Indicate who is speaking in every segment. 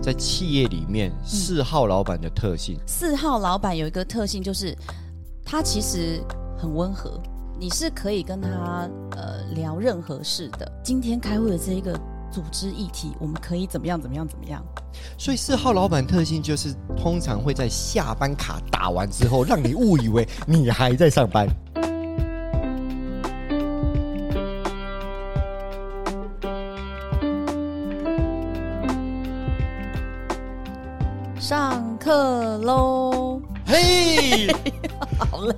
Speaker 1: 在企业里面
Speaker 2: 嗯
Speaker 1: 四号老板的特性。
Speaker 2: 四号老板有一个特性，就是他其实很温和，你是可以跟他呃聊任何事的。今天开会的这一个组织议题，我们可以怎么样怎么样怎么样？
Speaker 1: 所以四号老板特性就是通常会在下班卡打完之后，让你误以为你还在上 班。
Speaker 2: 上课喽，
Speaker 1: 嘿，
Speaker 2: 好累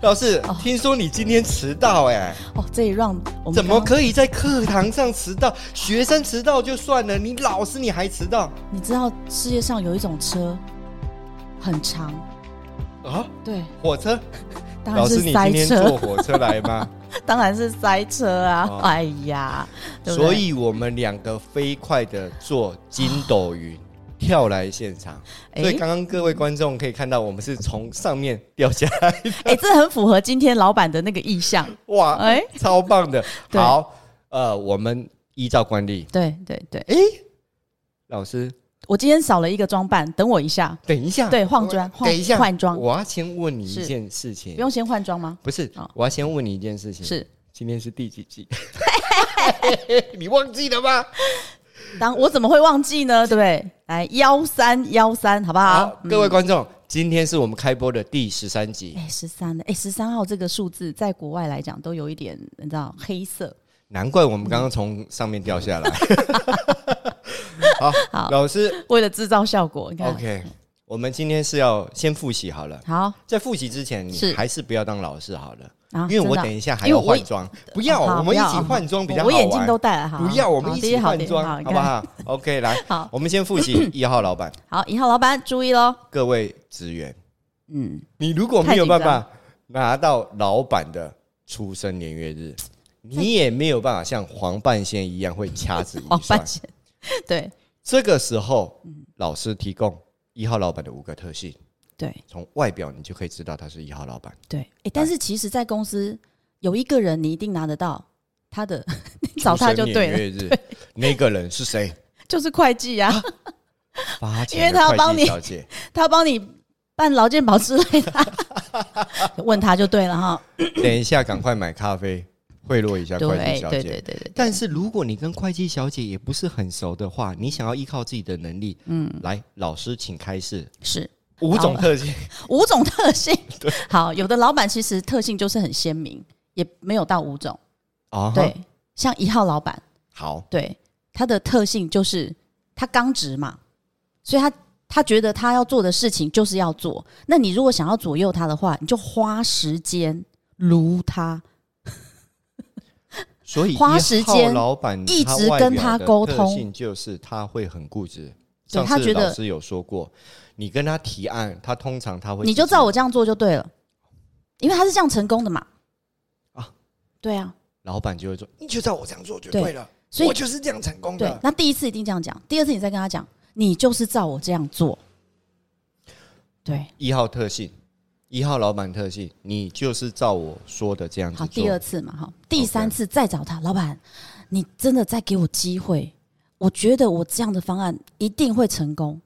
Speaker 1: 老师，听说你今天迟到哎、
Speaker 2: 哦，这一让我们
Speaker 1: 怎么
Speaker 2: 刚刚？
Speaker 1: 可以在课堂上迟到？学生迟到就算了，你老师你还迟到
Speaker 2: 你知道世界上有一种车很长，
Speaker 1: 啊？
Speaker 2: 对，
Speaker 1: 火车，
Speaker 2: 当然
Speaker 1: 老师
Speaker 2: 是
Speaker 1: 你
Speaker 2: 塞
Speaker 1: 今天
Speaker 2: 车
Speaker 1: 坐，火车来吗？
Speaker 2: 当然是塞车啊！
Speaker 1: 哦
Speaker 2: 哎呀，对不对
Speaker 1: 所以我们两个飞快的坐筋斗云跳来现场，
Speaker 2: 哎
Speaker 1: 所以刚刚各位观众可以看到，我们是从上面掉下 来，
Speaker 2: 哎、这很符合今天老板的那个 意向。
Speaker 1: 哇，
Speaker 2: 哎、
Speaker 1: 超棒的！
Speaker 2: 对
Speaker 1: 好，呃，我们依照惯例，
Speaker 2: 对对对，
Speaker 1: 哎、老师，
Speaker 2: 我今天少了一个装扮，等我一下。
Speaker 1: 等一下，
Speaker 2: 对，换装，
Speaker 1: 等嗯一下，
Speaker 2: 换装，
Speaker 1: 我要先问你一
Speaker 2: 是
Speaker 1: 件事情，
Speaker 2: 不用先换装吗？
Speaker 1: 不是
Speaker 2: 哦，
Speaker 1: 我要先问你一件事情，
Speaker 2: 是，
Speaker 1: 今天是第几集？ 你忘记了吗？
Speaker 2: 当我怎么会忘记呢？对不对？来幺三幺三，好不好？嗯
Speaker 1: 各位观众，今天是我们开播的第十三集，
Speaker 2: 哎，十三的哎，十三号这个数字在国外来讲都有一点，你知道黑色。
Speaker 1: 难怪我们刚刚从上面掉 下来。好，
Speaker 2: 好
Speaker 1: 老师
Speaker 2: 为了制造效果，你看
Speaker 1: ，OK，我们今天是要先复习好了。
Speaker 2: 好
Speaker 1: 在复习之前，你
Speaker 2: 是
Speaker 1: 还是不要当老师好了，
Speaker 2: 啊，
Speaker 1: 因为我
Speaker 2: 真的
Speaker 1: 等一下还
Speaker 2: 因为
Speaker 1: 要
Speaker 2: 我
Speaker 1: 换装。不要，
Speaker 2: 好
Speaker 1: 我们一
Speaker 2: 不要
Speaker 1: 起换装比较好
Speaker 2: 我
Speaker 1: 玩。
Speaker 2: 眼镜都戴了，好，
Speaker 1: 不要，我们
Speaker 2: 好
Speaker 1: 一
Speaker 2: 第一
Speaker 1: 起
Speaker 2: 好
Speaker 1: 换
Speaker 2: 第一
Speaker 1: 装，
Speaker 2: 好，你
Speaker 1: 好不
Speaker 2: 看？
Speaker 1: 好？OK，来，
Speaker 2: 好
Speaker 1: 我们先复习一号老板，
Speaker 2: 好，一号老板注意喽，
Speaker 1: 各位职员，
Speaker 2: 嗯，
Speaker 1: 你如果没有办
Speaker 2: 太紧张
Speaker 1: 法拿到老板的出生年月 日，你也没有办法像黄半仙一样会掐指一
Speaker 2: 黄
Speaker 1: 算
Speaker 2: 半。仙，哦嗯对
Speaker 1: 这个时候，老师提供一号老板的五个特性，
Speaker 2: 对，
Speaker 1: 从外表你就可以知道他是一号老板。
Speaker 2: 对，哎、但是其实，在公司有一个人你一定拿得到，他的你找他就
Speaker 1: 出生
Speaker 2: 对了，
Speaker 1: 年月日，那个人是谁？
Speaker 2: 就是会计啊，
Speaker 1: 发
Speaker 2: 因为
Speaker 1: 钱
Speaker 2: 他要
Speaker 1: 的
Speaker 2: 帮
Speaker 1: 会
Speaker 2: 你
Speaker 1: 计小姐。
Speaker 2: 他帮你办劳健保之类的 啊，问他就对了哈。
Speaker 1: 等一下，赶快买咖啡，贿赂一下
Speaker 2: 对
Speaker 1: 会计
Speaker 2: 对
Speaker 1: 小
Speaker 2: 对
Speaker 1: 姐
Speaker 2: 对。对，
Speaker 1: 但是如果你跟会计小姐也不是很熟的话，你想要依靠自己的能力，嗯，来，老师请开示
Speaker 2: 是
Speaker 1: 五种特性。
Speaker 2: 五种 特性。好，有的老板其实特性就是很鲜明，也没有到五种。
Speaker 1: 哦，
Speaker 2: 对，像一号老板，
Speaker 1: 好，
Speaker 2: 对他的特性就是他刚直嘛，所以他他觉得他要做的事情就是要做。那你如果想要左右他的话，你就花时间撸他，
Speaker 1: 所以
Speaker 2: 花时间
Speaker 1: 一号老板
Speaker 2: 一直跟他
Speaker 1: 他外表
Speaker 2: 沟通
Speaker 1: 的特性就是他会很固执。
Speaker 2: 对
Speaker 1: 上
Speaker 2: 他
Speaker 1: 次
Speaker 2: 觉得
Speaker 1: 老师有说过，你跟他提案，他通常他会
Speaker 2: 你就
Speaker 1: 自己
Speaker 2: 照我这样做就对了，因为他是这样成功的嘛。
Speaker 1: 啊，
Speaker 2: 对啊，
Speaker 1: 老板就会说，你就照我这样做就
Speaker 2: 对
Speaker 1: 对了，
Speaker 2: 所以
Speaker 1: 我就是这样成功
Speaker 2: 对
Speaker 1: 的，。
Speaker 2: 那第一次一定这样讲，第二次你再跟他讲，你就是照我这样做。对，
Speaker 1: 一号特性，一号老板特性，你就是照我说的这样子
Speaker 2: 好，
Speaker 1: 做。
Speaker 2: 第二次嘛，哈，第三次再找他，老板，你真的再给我机会，我觉得我这样的方案一定会成功。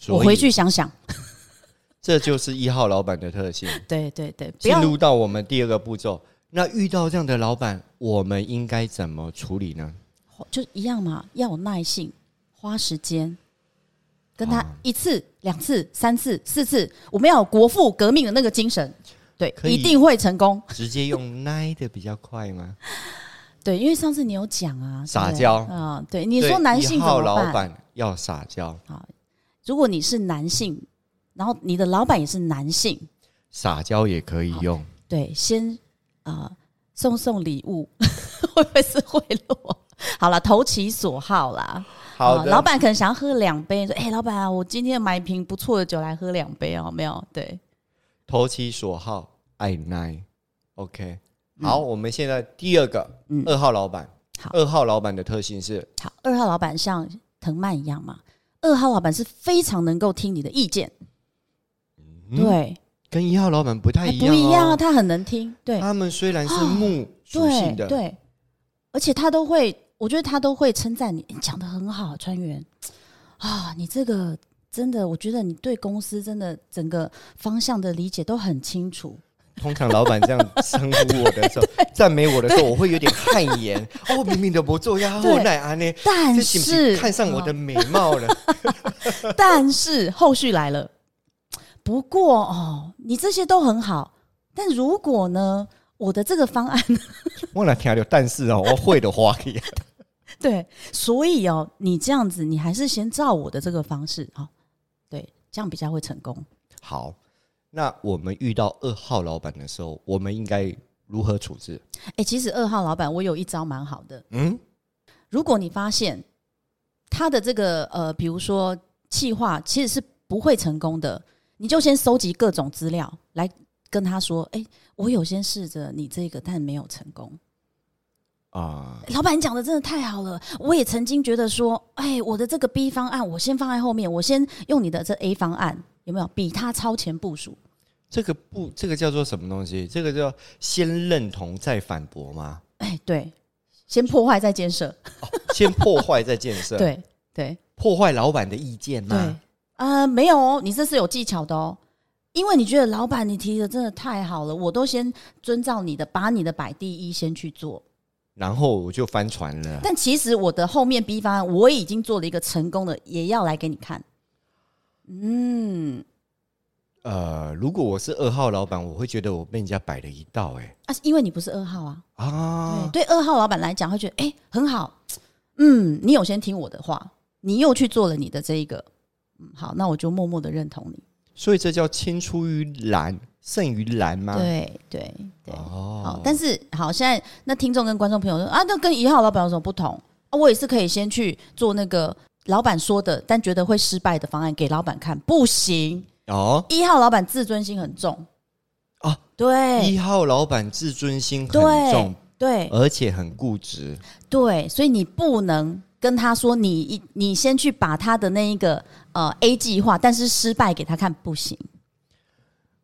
Speaker 1: 所以
Speaker 2: 我回去想想。
Speaker 1: 这就是一号老板的特性。
Speaker 2: 对对对， 不
Speaker 1: 进
Speaker 2: 要
Speaker 1: 入到我们第二个步骤，那遇到这样的老板，我们应该怎么处理呢？
Speaker 2: 就一样嘛，要有耐性，花时间，跟他
Speaker 1: 啊
Speaker 2: 一次、两次、三次、四次，我们要有国父革命的那个精神，对，
Speaker 1: 可以
Speaker 2: 一定会成功。
Speaker 1: 直接用奶的比较快吗？
Speaker 2: 对，因为上次你有讲啊，
Speaker 1: 撒
Speaker 2: 对不对
Speaker 1: 娇
Speaker 2: 啊，对， 你
Speaker 1: 对
Speaker 2: 说男性
Speaker 1: 一
Speaker 2: 怎
Speaker 1: 号
Speaker 2: 么
Speaker 1: 老
Speaker 2: 办？
Speaker 1: 板要撒娇，
Speaker 2: 如果你是男性，然后你的老板也是男性，
Speaker 1: 撒娇也可以用。
Speaker 2: 对，先啊、呃送送礼物， 会不会是贿赂？好了，投其所好啦。
Speaker 1: 好
Speaker 2: 啊
Speaker 1: 的，
Speaker 2: 老板可能想要喝两杯，说：“哎、老板啊，我今天买一瓶不错的酒来喝两杯哦。”没有，对，
Speaker 1: 投其所好，爱奶。OK，
Speaker 2: 嗯
Speaker 1: 好，我们现在第二个
Speaker 2: 嗯
Speaker 1: 二号老板
Speaker 2: 好，
Speaker 1: 二号老板的特性是
Speaker 2: 好，二号老板像藤蔓一样嘛，二号老板是非常能够听你的意见，
Speaker 1: 嗯
Speaker 2: 对，
Speaker 1: 跟一号老板不太
Speaker 2: 哎
Speaker 1: 一
Speaker 2: 不
Speaker 1: 样，哦
Speaker 2: 一样啊，。他很能听，对啊
Speaker 1: 他们虽然是木属性
Speaker 2: 对
Speaker 1: 的，
Speaker 2: 对，而且他都会，我觉得他都会称赞你，诶讲的很好，川原啊，你这个真的，我觉得你对公司真的整个方向的理解都很清楚。
Speaker 1: 通常老板这样称呼我的 时候，赞美我的时候，我会有点汗颜。哦，明明的不做呀，
Speaker 2: 对
Speaker 1: 我奈安呢？
Speaker 2: 但
Speaker 1: 这
Speaker 2: 是
Speaker 1: 啊
Speaker 2: 哦
Speaker 1: 是不是看上我的美貌了？
Speaker 2: 但是后续来了，不过哦，你这些都很好，但如果呢，我的这个方案，
Speaker 1: 我哪听到？但是哦，我会的话可以。
Speaker 2: 对，所以哦，你这样子，你还是先照我的这个方式啊、哦，对，这样比较会成功。
Speaker 1: 好，那我们遇到二号老板的时候，我们应该如何处置？
Speaker 2: 哎，其实二号老板，我有一招蛮好的，
Speaker 1: 嗯，
Speaker 2: 如果你发现他的这个呃，比如说企划其实是不会成功的，你就先收集各种资料来跟他说，哎，我有先试着你这个，但没有成功。
Speaker 1: 啊、
Speaker 2: 老板，你讲的真的太好了！我也曾经觉得说，哎，我的这个 B 方案，我先放在后面，我先用你的这 A 方案，有没有比他超前部署？
Speaker 1: 这个不，这个叫做什么东西？这个叫先认同再反驳吗？
Speaker 2: 哎，对，先破坏再建设，
Speaker 1: 先破坏再建设？，
Speaker 2: 对对
Speaker 1: 破坏老板的意见吗？
Speaker 2: 对，呃，没有哦，你这是有技巧的哦，因为你觉得老板你提的真的太好了，我都先遵照你的，把你的摆第一先去做，
Speaker 1: 然后我就翻船了。
Speaker 2: 但其实我的后面 B 方案我已经做了一个成功的，也要来给你看。嗯，
Speaker 1: 呃，如果我是二号老板，我会觉得我被人家摆了一道、欸，
Speaker 2: 啊，因为你不是二号啊。
Speaker 1: 哎啊，
Speaker 2: 对，对二号老板来讲，会觉得哎、诶很好，嗯，你有先听我的话，你又去做了你的这一个，嗯，好，那我就默默的认同你。
Speaker 1: 所以这叫青出于蓝胜于蓝吗？，
Speaker 2: 对对对，
Speaker 1: 哦，
Speaker 2: 好，但是好，现在那听众跟观众朋友说啊，那跟一号老板有什么不同啊？我也是可以先去做那个老板说的，但觉得会失败的方案给老板看，不行。
Speaker 1: 哦，
Speaker 2: 一号老板自尊心很重
Speaker 1: 啊，
Speaker 2: 对
Speaker 1: 一号老板自尊心很
Speaker 2: 对
Speaker 1: 重，
Speaker 2: 对，
Speaker 1: 而且很固执。
Speaker 2: 对，所以你不能跟他说你你先去把他的那一个呃 A 计划，但是失败给他看不行，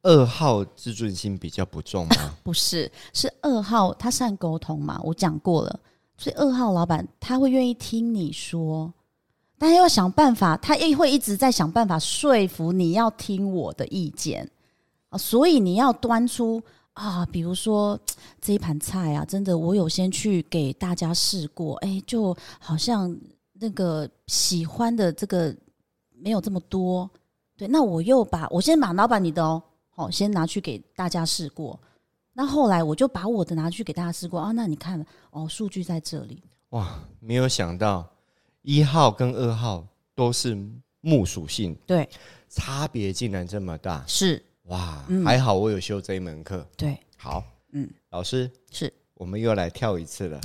Speaker 1: 二号自尊心比较不重吗？
Speaker 2: 不是是二号他善沟通嘛，我讲过了，所以二号老板他会愿意听你说，但要想办法，他也会一直在想办法说服你要听我的意见啊，所以你要端出。啊，比如说这一盘菜啊，真的我有先去给大家试过，哎，就好像那个喜欢的这个没有这么多，对，那我又把我先把老板你的哦，好、先拿去给大家试过，那后来我就把我的拿去给大家试过啊，那你看哦，数据在这里，
Speaker 1: 哇，没有想到一号跟二号都是木属性，
Speaker 2: 对，
Speaker 1: 差别竟然这么大。
Speaker 2: 是，
Speaker 1: 哇，
Speaker 2: 嗯
Speaker 1: 还好我有修这一门课。
Speaker 2: 对，
Speaker 1: 好，
Speaker 2: 嗯，
Speaker 1: 老师，
Speaker 2: 是
Speaker 1: 我们又来跳一次了。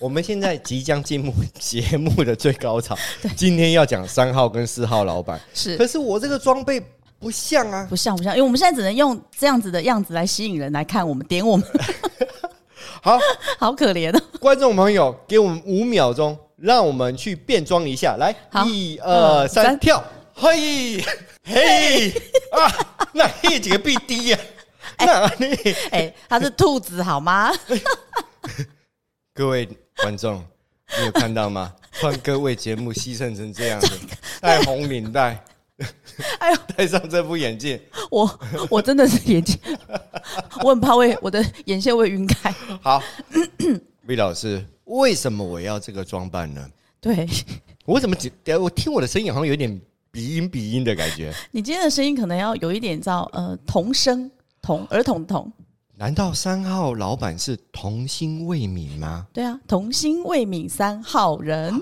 Speaker 1: 我们现在即将进入节目的最高 潮，今天要讲三号跟四号老板，
Speaker 2: 是，
Speaker 1: 可是我这个装备不像啊。
Speaker 2: 不像不像，因为我们现在只能用这样子的样子来吸引人来看我们，点我们，
Speaker 1: 好，
Speaker 2: 好可怜 哦，
Speaker 1: 观众朋友，给我们五秒钟，让我们去变装一下。来，
Speaker 2: 好
Speaker 1: 一二
Speaker 2: 嗯
Speaker 1: 三
Speaker 2: 三，
Speaker 1: 跳！嘿， 嘿啊，那嘿几个必低呀、那你
Speaker 2: 哎、他是兔子好吗？
Speaker 1: 各位观众，你有看到吗？ 换各位节目牺牲成这样子，戴红领带，
Speaker 2: 哎呦，
Speaker 1: 戴上这副眼镜。
Speaker 2: 我我真的是眼睛， 我很怕会我的眼线会晕开，
Speaker 1: 好，魏老师，为什么我要这个装扮呢？
Speaker 2: 对。
Speaker 1: 我怎么只我听我的声音好像有点鼻音鼻音的感觉？
Speaker 2: 你今天的声音可能要有一点叫呃童声童儿童的童，
Speaker 1: 难道三号老板是童心未泯吗？
Speaker 2: 对啊，童心未泯三好人，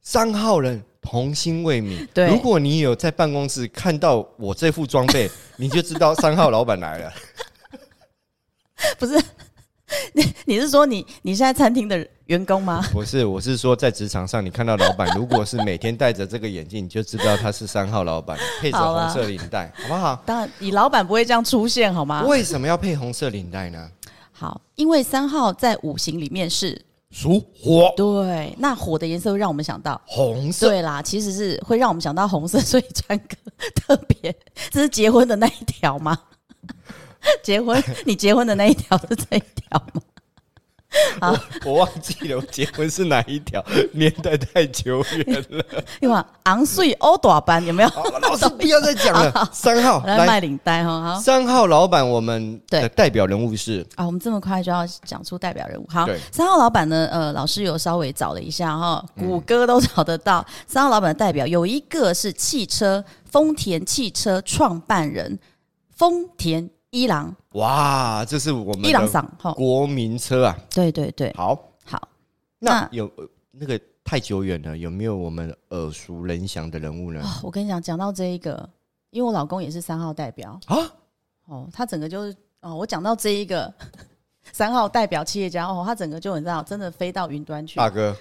Speaker 1: 三号人童心未泯。
Speaker 2: 对
Speaker 1: 如果你有在办公室看到我这副装备， 你就知道三号老板来了。
Speaker 2: 不是？ 你你是说你你现在餐厅的员工吗？
Speaker 1: 不是，我是说在职场上，你看到老板如果是每天戴着这个眼镜，你就知道他是三号老 板，配着
Speaker 2: 好啊啊
Speaker 1: 红色领带，好不好？
Speaker 2: 当然，你老板不会这样出现好吗？
Speaker 1: 为什么要配红色领带呢？
Speaker 2: 好，因为三号在五行里面是
Speaker 1: 属火，
Speaker 2: 对，那火的颜色会让我们想到。
Speaker 1: 红色。
Speaker 2: 对啦，其实是会让我们想到红色，所以川哥特别， 这是结婚的那一 条吗？结婚，你结婚的那一条是这一条吗？
Speaker 1: 我 我忘记了我结婚是哪一条，年代太久远了。
Speaker 2: 对吧？昂睡欧短班有没有？
Speaker 1: 好了，老师不要再 讲了。三号
Speaker 2: 来卖
Speaker 1: 来，
Speaker 2: 领带哈，好
Speaker 1: 三号老板，我们的
Speaker 2: 啊对
Speaker 1: 代表人物是
Speaker 2: 啊，我们这么快就要讲出代表人物。好
Speaker 1: 对，
Speaker 2: 三号老板呢？呃，老师有稍微找了一下哈，
Speaker 1: 嗯
Speaker 2: 谷歌都找得到。三号老板的代表有一个是汽车丰田汽车创办人丰田一郎
Speaker 1: 哇，这是我们
Speaker 2: 一郎
Speaker 1: 的
Speaker 2: 桑哈，
Speaker 1: 国民车啊。
Speaker 2: 对对对，
Speaker 1: 好，
Speaker 2: 好，
Speaker 1: 那
Speaker 2: 那
Speaker 1: 有呃那个太久远了，有没有我们耳熟能详的人物呢？
Speaker 2: 哦我跟你讲，讲到这一个，因为我老公也是三号代表
Speaker 1: 啊，
Speaker 2: 哦，他整个就是哦，我讲到这一个 三号代表企业家哦，他整个就你知道，真的飞到云端去。
Speaker 1: 大 哥，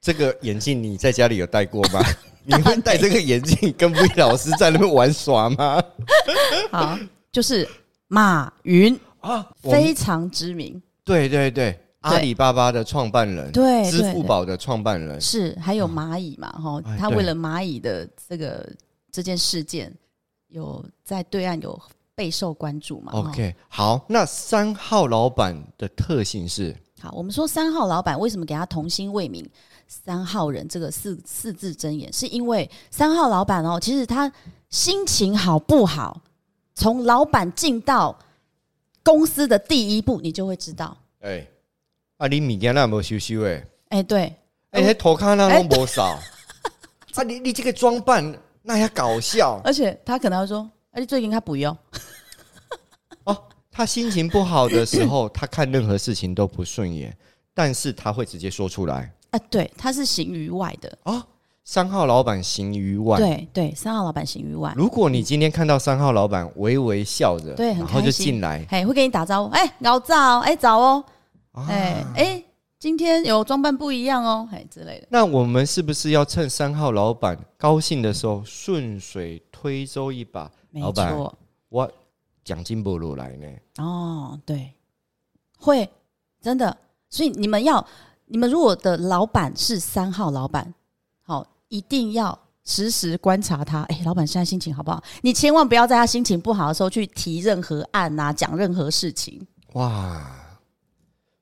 Speaker 1: 这个眼镜你在家里有戴过吗？你会戴这个眼镜跟 V 老师在那边玩耍 吗？
Speaker 2: 好，啊就是马云
Speaker 1: 啊，我们
Speaker 2: 非常知名，
Speaker 1: 对对对，阿里巴巴的创办人，
Speaker 2: 对
Speaker 1: 支
Speaker 2: 对
Speaker 1: 付宝的创办人，
Speaker 2: 是还有蚂蚁嘛？哈、
Speaker 1: 哎
Speaker 2: 他
Speaker 1: 对
Speaker 2: 为了蚂蚁的这个这件事件，有在对岸有备受关注嘛？齁
Speaker 1: OK，好，那三号老板的特性是
Speaker 2: 好，我们说三号老板为什么给他童心未泯“三号人”这个四四字真言，是因为三号老板哦，其实他心情好不好，从老板进到公司的第一步，你就会知道。
Speaker 1: 哎、啊，你物件那没修修哎，
Speaker 2: 哎、对，
Speaker 1: 哎、
Speaker 2: 嗯
Speaker 1: 那头看那拢无少，哎 啊，你你这个装扮那也搞笑
Speaker 2: 而且他可能会说，而且最近他不用，
Speaker 1: 哦。他心情不好的时 候，他看任何事情都不顺眼，但是他会直接说出来
Speaker 2: 啊，对，他是行于外的，
Speaker 1: 啊、三号老板行于外。
Speaker 2: 对对，三号老板行于外，
Speaker 1: 如果你今天看到三号老板微微笑着，
Speaker 2: 对很
Speaker 1: 然后就
Speaker 2: 开心
Speaker 1: 进来，
Speaker 2: 哎，会跟你打招呼，哎、老早，哎、早哦，
Speaker 1: 啊
Speaker 2: 哎、哎、今天有装扮不一样哦，哎、之类的。
Speaker 1: 那我们是不是要趁三号老板高兴的时候，顺水推舟一把？
Speaker 2: 没
Speaker 1: 老板
Speaker 2: 错，
Speaker 1: 我奖金不如来呢？
Speaker 2: 哦，对，会真的，所以你们要，你们如果的老板是三号老板，好，一定要时时观察他。哎，老板现在心情好不好？你千万不要在他心情不好的时候去提任何案啊，讲任何事情。
Speaker 1: 哇！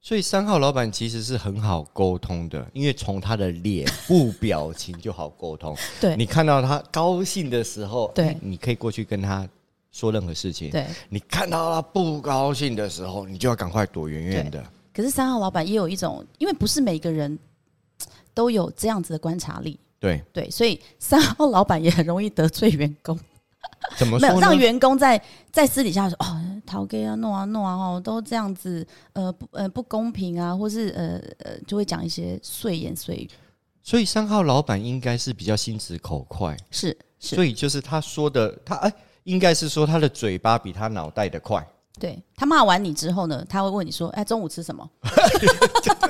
Speaker 1: 所以三号老板其实是很好沟通的，因为从他的脸部表情就好沟通。
Speaker 2: 对
Speaker 1: 你看到他高兴的时候，
Speaker 2: 对
Speaker 1: 你可以过去跟他说任何事情。
Speaker 2: 对，
Speaker 1: 你看到他不高兴的时候，你就要赶快躲远远的。
Speaker 2: 可是三号老板也有一种，因为不是每个人都有这样子的观察力，
Speaker 1: 对，
Speaker 2: 对，所以三号老板也很容易得罪员工。
Speaker 1: 怎么
Speaker 2: 没有
Speaker 1: 说
Speaker 2: 让
Speaker 1: 呢？
Speaker 2: 员工在在私底下说哦，陶给啊，弄啊弄啊哦，都这样子，呃不呃不公平啊，或是呃呃就会讲一些碎言碎语，
Speaker 1: 所以三号老板应该是比较心直口快。
Speaker 2: 是是，
Speaker 1: 所以就是他说的，他哎，应该是说他的嘴巴比他脑袋的快。
Speaker 2: 对他骂完你之后呢，他会问你说，哎，中午吃什么？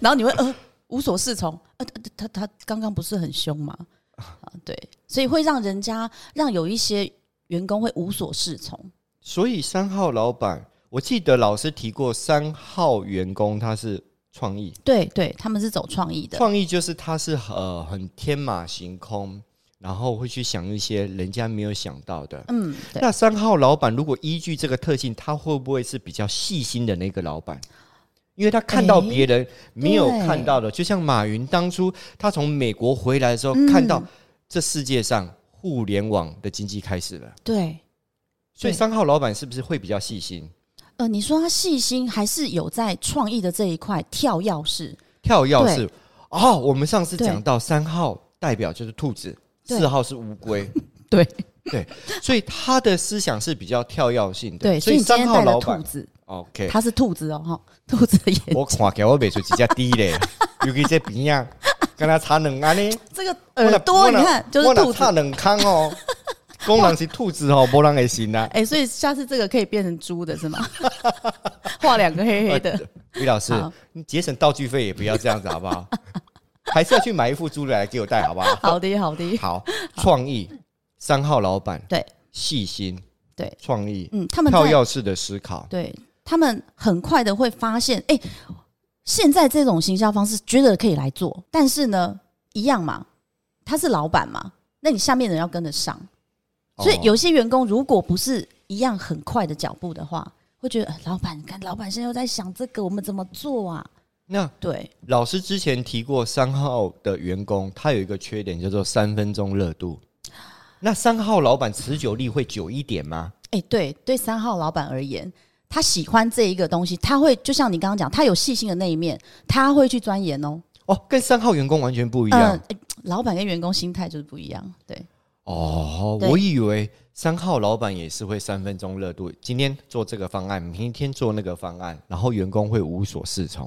Speaker 2: 然后你会呃无所适从，呃他他他刚刚不是很凶吗？啊，对，所以会让人家让有一些员工会无所适从，
Speaker 1: 所以三号老板，我记得老师提过，三号员工他是创意，
Speaker 2: 对对，他们是走创意的，
Speaker 1: 创意就是他是呃很天马行空，然后会去想一些人家没有想到的。
Speaker 2: 嗯，对。
Speaker 1: 那三号老板如果依据这个特性，他会不会是比较细心的那个老板？因为他看到
Speaker 2: 诶
Speaker 1: 别人没有
Speaker 2: 对
Speaker 1: 看到的，就像马云当初他从美国回来的时候，
Speaker 2: 嗯
Speaker 1: 看到这世界上互联网的经济开始了，
Speaker 2: 对，
Speaker 1: 所以
Speaker 2: 对
Speaker 1: 三号老板是不是会比较细心？
Speaker 2: 呃，你说他细心还是有在创意的这一块跳钥匙？
Speaker 1: 跳钥匙哦，我们上次
Speaker 2: 对
Speaker 1: 讲到三号代表就是兔子，
Speaker 2: 对
Speaker 1: 四号是乌 龟，
Speaker 2: 对
Speaker 1: 所以他的思想是比较跳跃性的。
Speaker 2: 对，
Speaker 1: 所
Speaker 2: 所以
Speaker 1: 以
Speaker 2: 你今
Speaker 1: 三
Speaker 2: 天
Speaker 1: 号
Speaker 2: 带了
Speaker 1: 老
Speaker 2: 兔
Speaker 1: 板
Speaker 2: 子，
Speaker 1: ，OK，
Speaker 2: 它是兔子哦，哈，兔子的眼，
Speaker 1: 我看起来我袂出几只低 嘞，尤其这边啊，跟他差两安尼，
Speaker 2: 这个
Speaker 1: 我
Speaker 2: 耳
Speaker 1: 若
Speaker 2: 朵你看就是
Speaker 1: 我若
Speaker 2: 兔
Speaker 1: 差
Speaker 2: 子，
Speaker 1: 两康 哦，公人是兔子哦，无人会信啊。
Speaker 2: 哎，所以下次这个可以变成猪的是吗？ 画两个黑黑的，
Speaker 1: 于老师
Speaker 2: 好，
Speaker 1: 你节省道具费也不要这样子好不好？还是要去买一副猪来给我戴好不好？
Speaker 2: 好的好的，
Speaker 1: 好，创意，三号老板，
Speaker 2: 对，
Speaker 1: 细心，
Speaker 2: 对，
Speaker 1: 创意，
Speaker 2: 嗯，他们
Speaker 1: 跳
Speaker 2: 在
Speaker 1: 跃式的思考，
Speaker 2: 对他们很快的会发现，哎，现在这种行销方式觉得可以来做，但是呢，一样嘛，他是老板嘛，那你下面的人要跟得上。所以
Speaker 1: 哦
Speaker 2: 有些员工如果不是一样很快的脚步的话，会觉得呃老板，你看老板现在又在想这个，我们怎么做啊？
Speaker 1: 那
Speaker 2: 对，
Speaker 1: 老师之前提过，三号的员工他有一个缺点叫做三分钟热度。那三号老板持久力会久一点吗？
Speaker 2: 哎、对对，三号老板而言，他喜欢这一个东西，他会就像你刚刚讲，他有细心的那一面，他会去钻研哦。
Speaker 1: 哦，跟三号员工完全不一
Speaker 2: 嗯、
Speaker 1: 样、
Speaker 2: 哎老板跟员工心态就是不一样，对，
Speaker 1: 哦。
Speaker 2: 对
Speaker 1: 我以为三号老板也是会三分钟热度，今天做这个方案，明天做那个方案，然后员工会无所适从。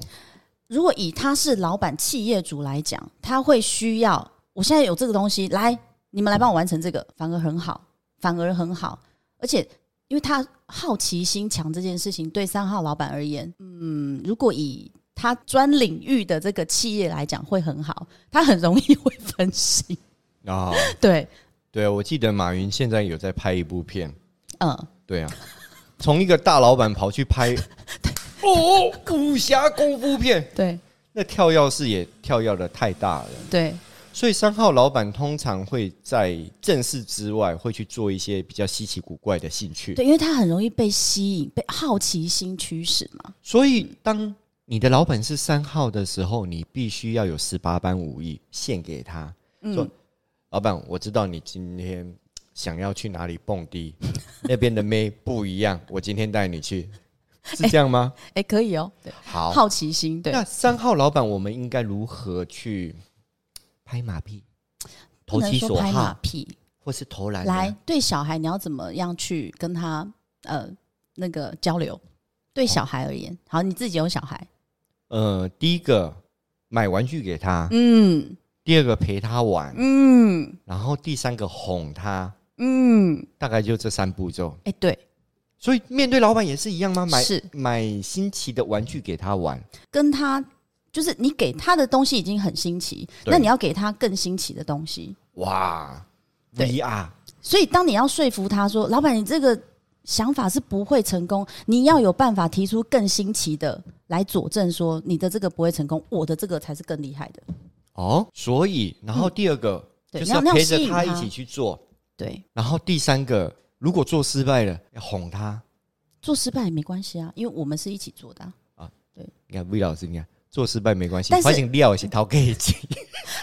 Speaker 2: 如果以他是老板、企业主来讲，他会需要我现在有这个东西，来你们来帮我完成这个，反而很好，反而很好。而且，因为他好奇心强这件事情，对三号老板而言，嗯，如果以他专领域的这个企业来讲，会很好，他很容易会分心。
Speaker 1: 啊、
Speaker 2: 对，
Speaker 1: 对，我记得马云现在有在拍一部片，
Speaker 2: 嗯，
Speaker 1: 对啊，从一个大老板跑去 拍哦武侠功夫片，
Speaker 2: 对
Speaker 1: 那跳跃式也跳跃的太大了，
Speaker 2: 对
Speaker 1: 所以三号老板通常会在正事之外，会去做一些比较稀奇古怪的兴趣。
Speaker 2: 对，因为他很容易被吸引，被好奇心驱使嘛。
Speaker 1: 所以当你的老板是三号的时候，你必须要有十八般武艺献给他。说
Speaker 2: 嗯，
Speaker 1: 老板，我知道你今天想要去哪里蹦迪，那边的妹不一样，我今天带你去，是这样 吗？
Speaker 2: 哎、可以哦，对，
Speaker 1: 好，
Speaker 2: 好奇心，对，
Speaker 1: 那三号老板，我们应该如何去拍马屁、投
Speaker 2: 不能
Speaker 1: 其
Speaker 2: 说
Speaker 1: 所
Speaker 2: 拍马
Speaker 1: 好，
Speaker 2: 屁。
Speaker 1: 或是投篮呢？
Speaker 2: 来，对小孩你要怎么样去跟他呃那个交流？对小孩而言，好，你自己有小孩，
Speaker 1: 呃，第一个买玩具给他，
Speaker 2: 嗯
Speaker 1: 第二个陪他玩，
Speaker 2: 嗯
Speaker 1: 然后第三个哄他，
Speaker 2: 嗯，
Speaker 1: 大概就这三步骤。
Speaker 2: 哎、对，
Speaker 1: 所以面对老板也是一样吗？买
Speaker 2: 是
Speaker 1: 买新奇的玩具给他玩，
Speaker 2: 跟他就是你给他的东西已经很新奇，
Speaker 1: 对
Speaker 2: 那你要给他更新奇的东西。
Speaker 1: 哇
Speaker 2: 对
Speaker 1: ，VR
Speaker 2: 所以当你要说服他说，老板，你这个想法是不会成功，你要有办法提出更新奇的来佐证说你的这个不会成功，我的这个才是更厉害的。
Speaker 1: 哦，所以然后第二个、
Speaker 2: 嗯对
Speaker 1: 就是
Speaker 2: 你要
Speaker 1: 陪
Speaker 2: 你要吸
Speaker 1: 着
Speaker 2: 引
Speaker 1: 他
Speaker 2: 他
Speaker 1: 一起去做，
Speaker 2: 对，
Speaker 1: 然后第三个如果做失败了，要哄他。
Speaker 2: 做失败也没关系啊，因为我们是一起做的啊、
Speaker 1: 你看 V 老师，你看做失败没关系
Speaker 2: 但，是
Speaker 1: 反正料也是逃给一起。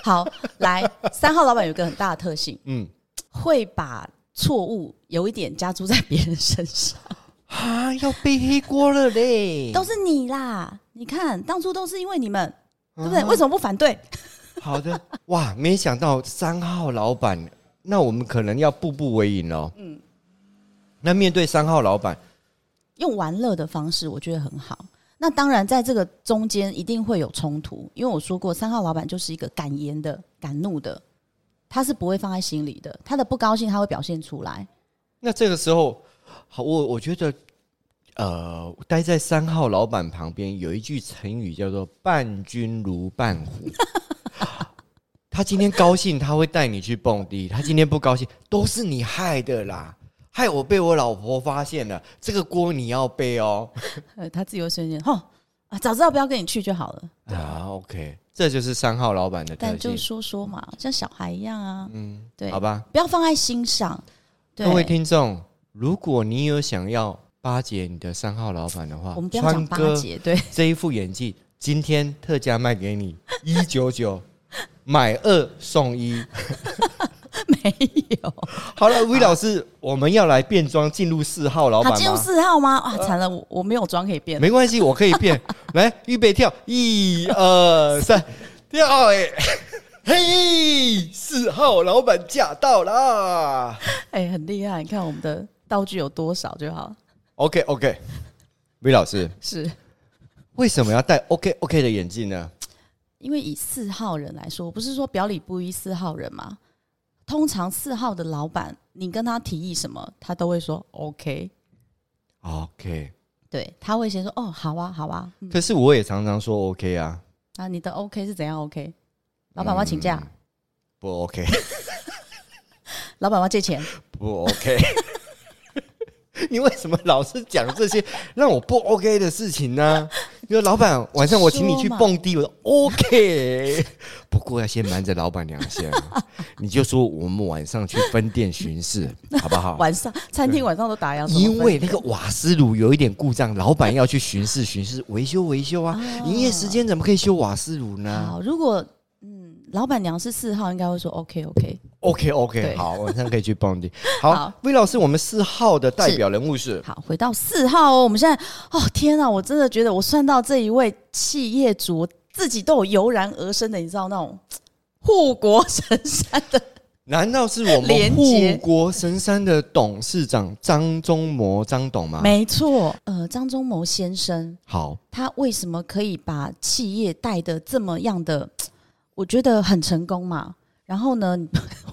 Speaker 2: 好，来，三号老板有一个很大的特性，
Speaker 1: 嗯，
Speaker 2: 会把错误有一点加注在别人身上，
Speaker 1: 啊，要背黑锅了嘞，
Speaker 2: 都是你啦！你看，当初都是因为你们，对不
Speaker 1: 啊
Speaker 2: 对？为什么不反对？
Speaker 1: 好的，哇，没想到三号老板，那我们可能要步步为营哦。嗯，那面对三号老板，
Speaker 2: 用玩乐的方式，我觉得很好。那当然，在这个中间一定会有冲突，因为我说过，三号老板就是一个敢言的、敢怒的，他是不会放在心里的，他的不高兴他会表现出来。
Speaker 1: 那这个时候，好，我我觉得，呃，待在三号老板旁边有一句成语叫做“伴君如伴虎” 。他今天高兴，他会带你去蹦迪；他今天不高兴，都是你害的啦，害我被我老婆发现了，这个锅你要背哦。
Speaker 2: 呃，他自己会瞬间，哦，啊，早知道不要跟你去就好 了。
Speaker 1: 啊，OK，这 就是三号老板的特
Speaker 2: 但就
Speaker 1: 性。
Speaker 2: 说说嘛，像小孩一样啊，
Speaker 1: 嗯，
Speaker 2: 对
Speaker 1: 好吧，
Speaker 2: 不要放在心上。对
Speaker 1: 各位听众，如果你有想要巴结你的三号老板的话，
Speaker 2: 我们不要讲
Speaker 1: 啊川哥
Speaker 2: 巴结，对，
Speaker 1: 这一副眼镜，今天特价卖给你一九九，买二送一。
Speaker 2: 没有。
Speaker 1: 好了，V 老师，我们要来变装进入四号老板
Speaker 2: 他
Speaker 1: 吗？呃
Speaker 2: 进入四号吗？啊，惨了，我我没有妆可以变。
Speaker 1: 没关系，我可以变。来，预备跳，一二三，跳哎、嘿，四号老板驾到啦
Speaker 2: 哎、很厉害，你看我们的道具有多少就好。
Speaker 1: ！OK OK，V 老师
Speaker 2: 是
Speaker 1: 为什么要戴 OK OK 的眼镜呢？
Speaker 2: 因为以四号人来说，我不是说表里不一四号人吗？通常四号的老板，你跟他提议什么，他都会说 OK。
Speaker 1: OK，
Speaker 2: 对，他会先说哦，好啊，好啊，嗯
Speaker 1: 可是我也常常说 OK 啊，
Speaker 2: 啊，你的 OK 是怎样 OK？老板我要请假，
Speaker 1: 嗯不 OK，
Speaker 2: 老板我要借钱，
Speaker 1: 不 OK。 你为什么老是讲这些让我不 OK 的事情呢？你说老板晚上我请你去蹦迪，我 说 OK，不 过要先瞒着老板娘先，你就说我们晚上去分店巡 视，好不好？
Speaker 2: 晚上餐厅晚上都打烊，怎么
Speaker 1: 因
Speaker 2: 分
Speaker 1: 为那个瓦斯炉有一点故障，老板要去巡视巡视，维修维修啊！营、业时间怎么可以修瓦斯炉呢
Speaker 2: 好，如果嗯，老板娘是四号，应该会说 OK OK。
Speaker 1: ？OK OK，
Speaker 2: 对
Speaker 1: 好，晚上可以去蹦 迪。好
Speaker 2: 好
Speaker 1: 魏老师，我们四号的代表人物是
Speaker 2: 好，回到四号哦，我们现在哦天啊，我真的觉得我算到这一位企业主，我自己都有油然而生的，你知道那种护国神山的
Speaker 1: 难道是我们
Speaker 2: 连结
Speaker 1: 护国神山的董事长张忠谋张董吗？
Speaker 2: 没错，呃，张忠谋先生
Speaker 1: 好，
Speaker 2: 他为什么可以把企业带的这么样的，我觉得很成功嘛？然后呢，你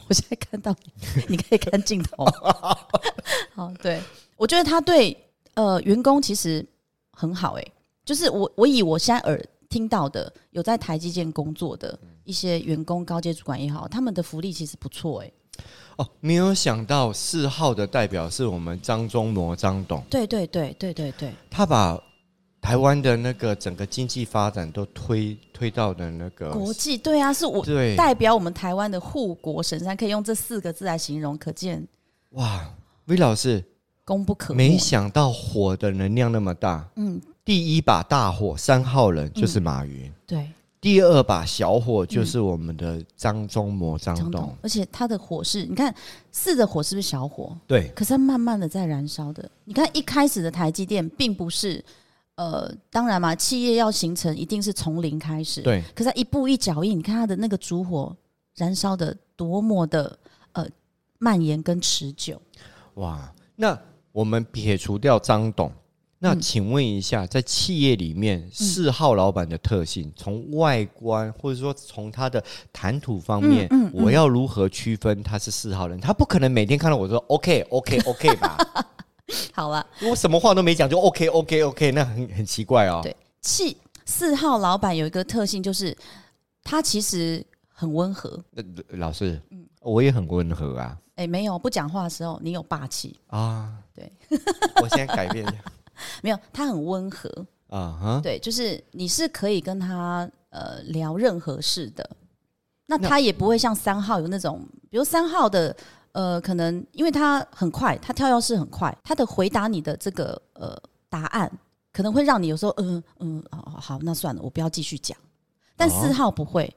Speaker 2: 我现在看到你，你可以看镜头。好，对，我觉得他对呃员工其实很好、欸，就是我我以我现在耳听到的有在台积电工作的一些员工、高阶主管也好，他们的福利其实不错、欸，
Speaker 1: 哦，没有想到四号的代表是我们张忠谋张董，
Speaker 2: 对对对对对对，
Speaker 1: 他把台湾的那个整个经济发展都推推到的那个
Speaker 2: 国际对啊，是我
Speaker 1: 呃对
Speaker 2: 代表我们台湾的护国神山，可以用这四个字来形容，可见
Speaker 1: 哇魏老师，
Speaker 2: 功不可没。
Speaker 1: 没想到火的能量那么大。
Speaker 2: 嗯，
Speaker 1: 第一把大火三号人就是马云，
Speaker 2: 对，
Speaker 1: 第二把小火就是我们的张忠谋张
Speaker 2: 张
Speaker 1: 董
Speaker 2: 董。，而且它的火是，你看四的火是不是小火？
Speaker 1: 对，
Speaker 2: 可是它慢慢的在燃烧的。你看一开始的台积电并不是，呃，当然嘛，企业要形成一定是从零开始。。
Speaker 1: 对，
Speaker 2: 可是它一步一脚印，你看它的那个烛火燃烧的多么的呃蔓延跟持久。
Speaker 1: 哇，那我们撇除掉张董，那
Speaker 2: 嗯
Speaker 1: 请问一下，在企业里面，四号老板的特性，从外观或者说从他的谈吐方面，
Speaker 2: 嗯嗯
Speaker 1: 我要如何区分他是四号人？他不可能每天看到我说 OK OK OK 吧？
Speaker 2: 好了，
Speaker 1: 我什么话都没讲就 OK OK OK，那 很很奇怪哦。
Speaker 2: 对气四号老板有一个特性，就是他其实很温和。
Speaker 1: 呃老师，
Speaker 2: 嗯
Speaker 1: 我也很温和啊
Speaker 2: 哎，没有不讲话的时候，你有霸气。
Speaker 1: 啊，
Speaker 2: 对，
Speaker 1: 我现在改变一下
Speaker 2: 没有，他很温和。
Speaker 1: 啊哈。
Speaker 2: 对，就是你是可以跟他呃聊任何事的。那
Speaker 1: 那
Speaker 2: 他也不会像三号有那种，比如三号的呃，可能因为他很快，他跳钥匙很快，他的回答你的这个呃答案，可能会让你有时候嗯嗯，好、好好，那算了，我不要继续讲。但
Speaker 1: 哦
Speaker 2: 四号不会。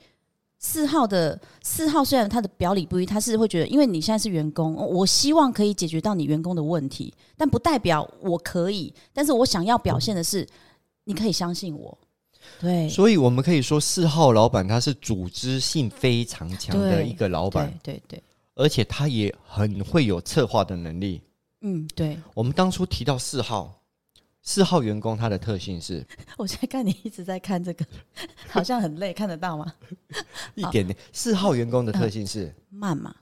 Speaker 2: 四号的四号虽然他的表里不一，他是会觉得，因为你现在是员工，哦我希望可以解决到你员工的问题，但不代表我可以。但是我想要表现的是，你可以相信我。对，
Speaker 1: 所以我们可以说，四号老板他是组织性非常强的
Speaker 2: 对
Speaker 1: 一个老板
Speaker 2: 对，对对，
Speaker 1: 而且他也很会有策划的能力。
Speaker 2: 嗯，对。
Speaker 1: 我们当初提到四号，四号员工他的特性是
Speaker 2: 我现在看你一直在看这个， 好像很累，看得到吗？
Speaker 1: 一点点，四号员工的特性是
Speaker 2: 慢嘛，